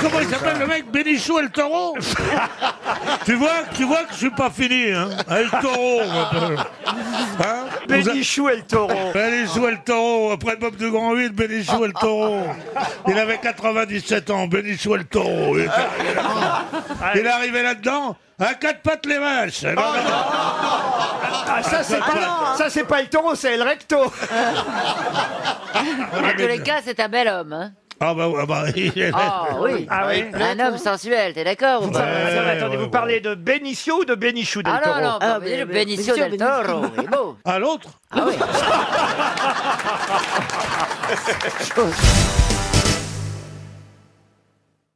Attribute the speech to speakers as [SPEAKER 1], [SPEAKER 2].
[SPEAKER 1] comment il s'appelle le mec Bénichou et le taureau tu, vois, tu vois que je suis pas fini, hein Et le taureau hein
[SPEAKER 2] Bénichou et le taureau.
[SPEAKER 1] Bénichou et le taureau, après Bob de Grand 8, Bénichou et le taureau. Il avait 97 ans, Bénichou et le taureau. Il est arrivé là-dedans. Il est arrivé là-dedans, à quatre pattes les vaches. Eh ben,
[SPEAKER 2] Ah, ça, c'est pas, ça, c'est pas le taureau, c'est le recto.
[SPEAKER 3] En tous Ah, les cas, c'est un bel homme. hein.
[SPEAKER 1] Ah bah, ah bah, il est-
[SPEAKER 3] Ah oui.
[SPEAKER 2] Ah oui.
[SPEAKER 3] Un homme sensuel, t'es d'accord ou
[SPEAKER 2] Ça
[SPEAKER 3] pas
[SPEAKER 2] va, ça va. Attendez,
[SPEAKER 1] ouais,
[SPEAKER 2] vous parlez de Bénichou ou de Bénichou del
[SPEAKER 3] Ah
[SPEAKER 2] Toro
[SPEAKER 3] non, non,
[SPEAKER 4] Ah,
[SPEAKER 3] pas
[SPEAKER 4] mais-
[SPEAKER 3] le
[SPEAKER 4] mais-
[SPEAKER 3] Benicio
[SPEAKER 4] Benicio
[SPEAKER 3] del
[SPEAKER 4] del
[SPEAKER 3] Toro, il est beau.
[SPEAKER 1] À l'autre
[SPEAKER 3] Ah oui.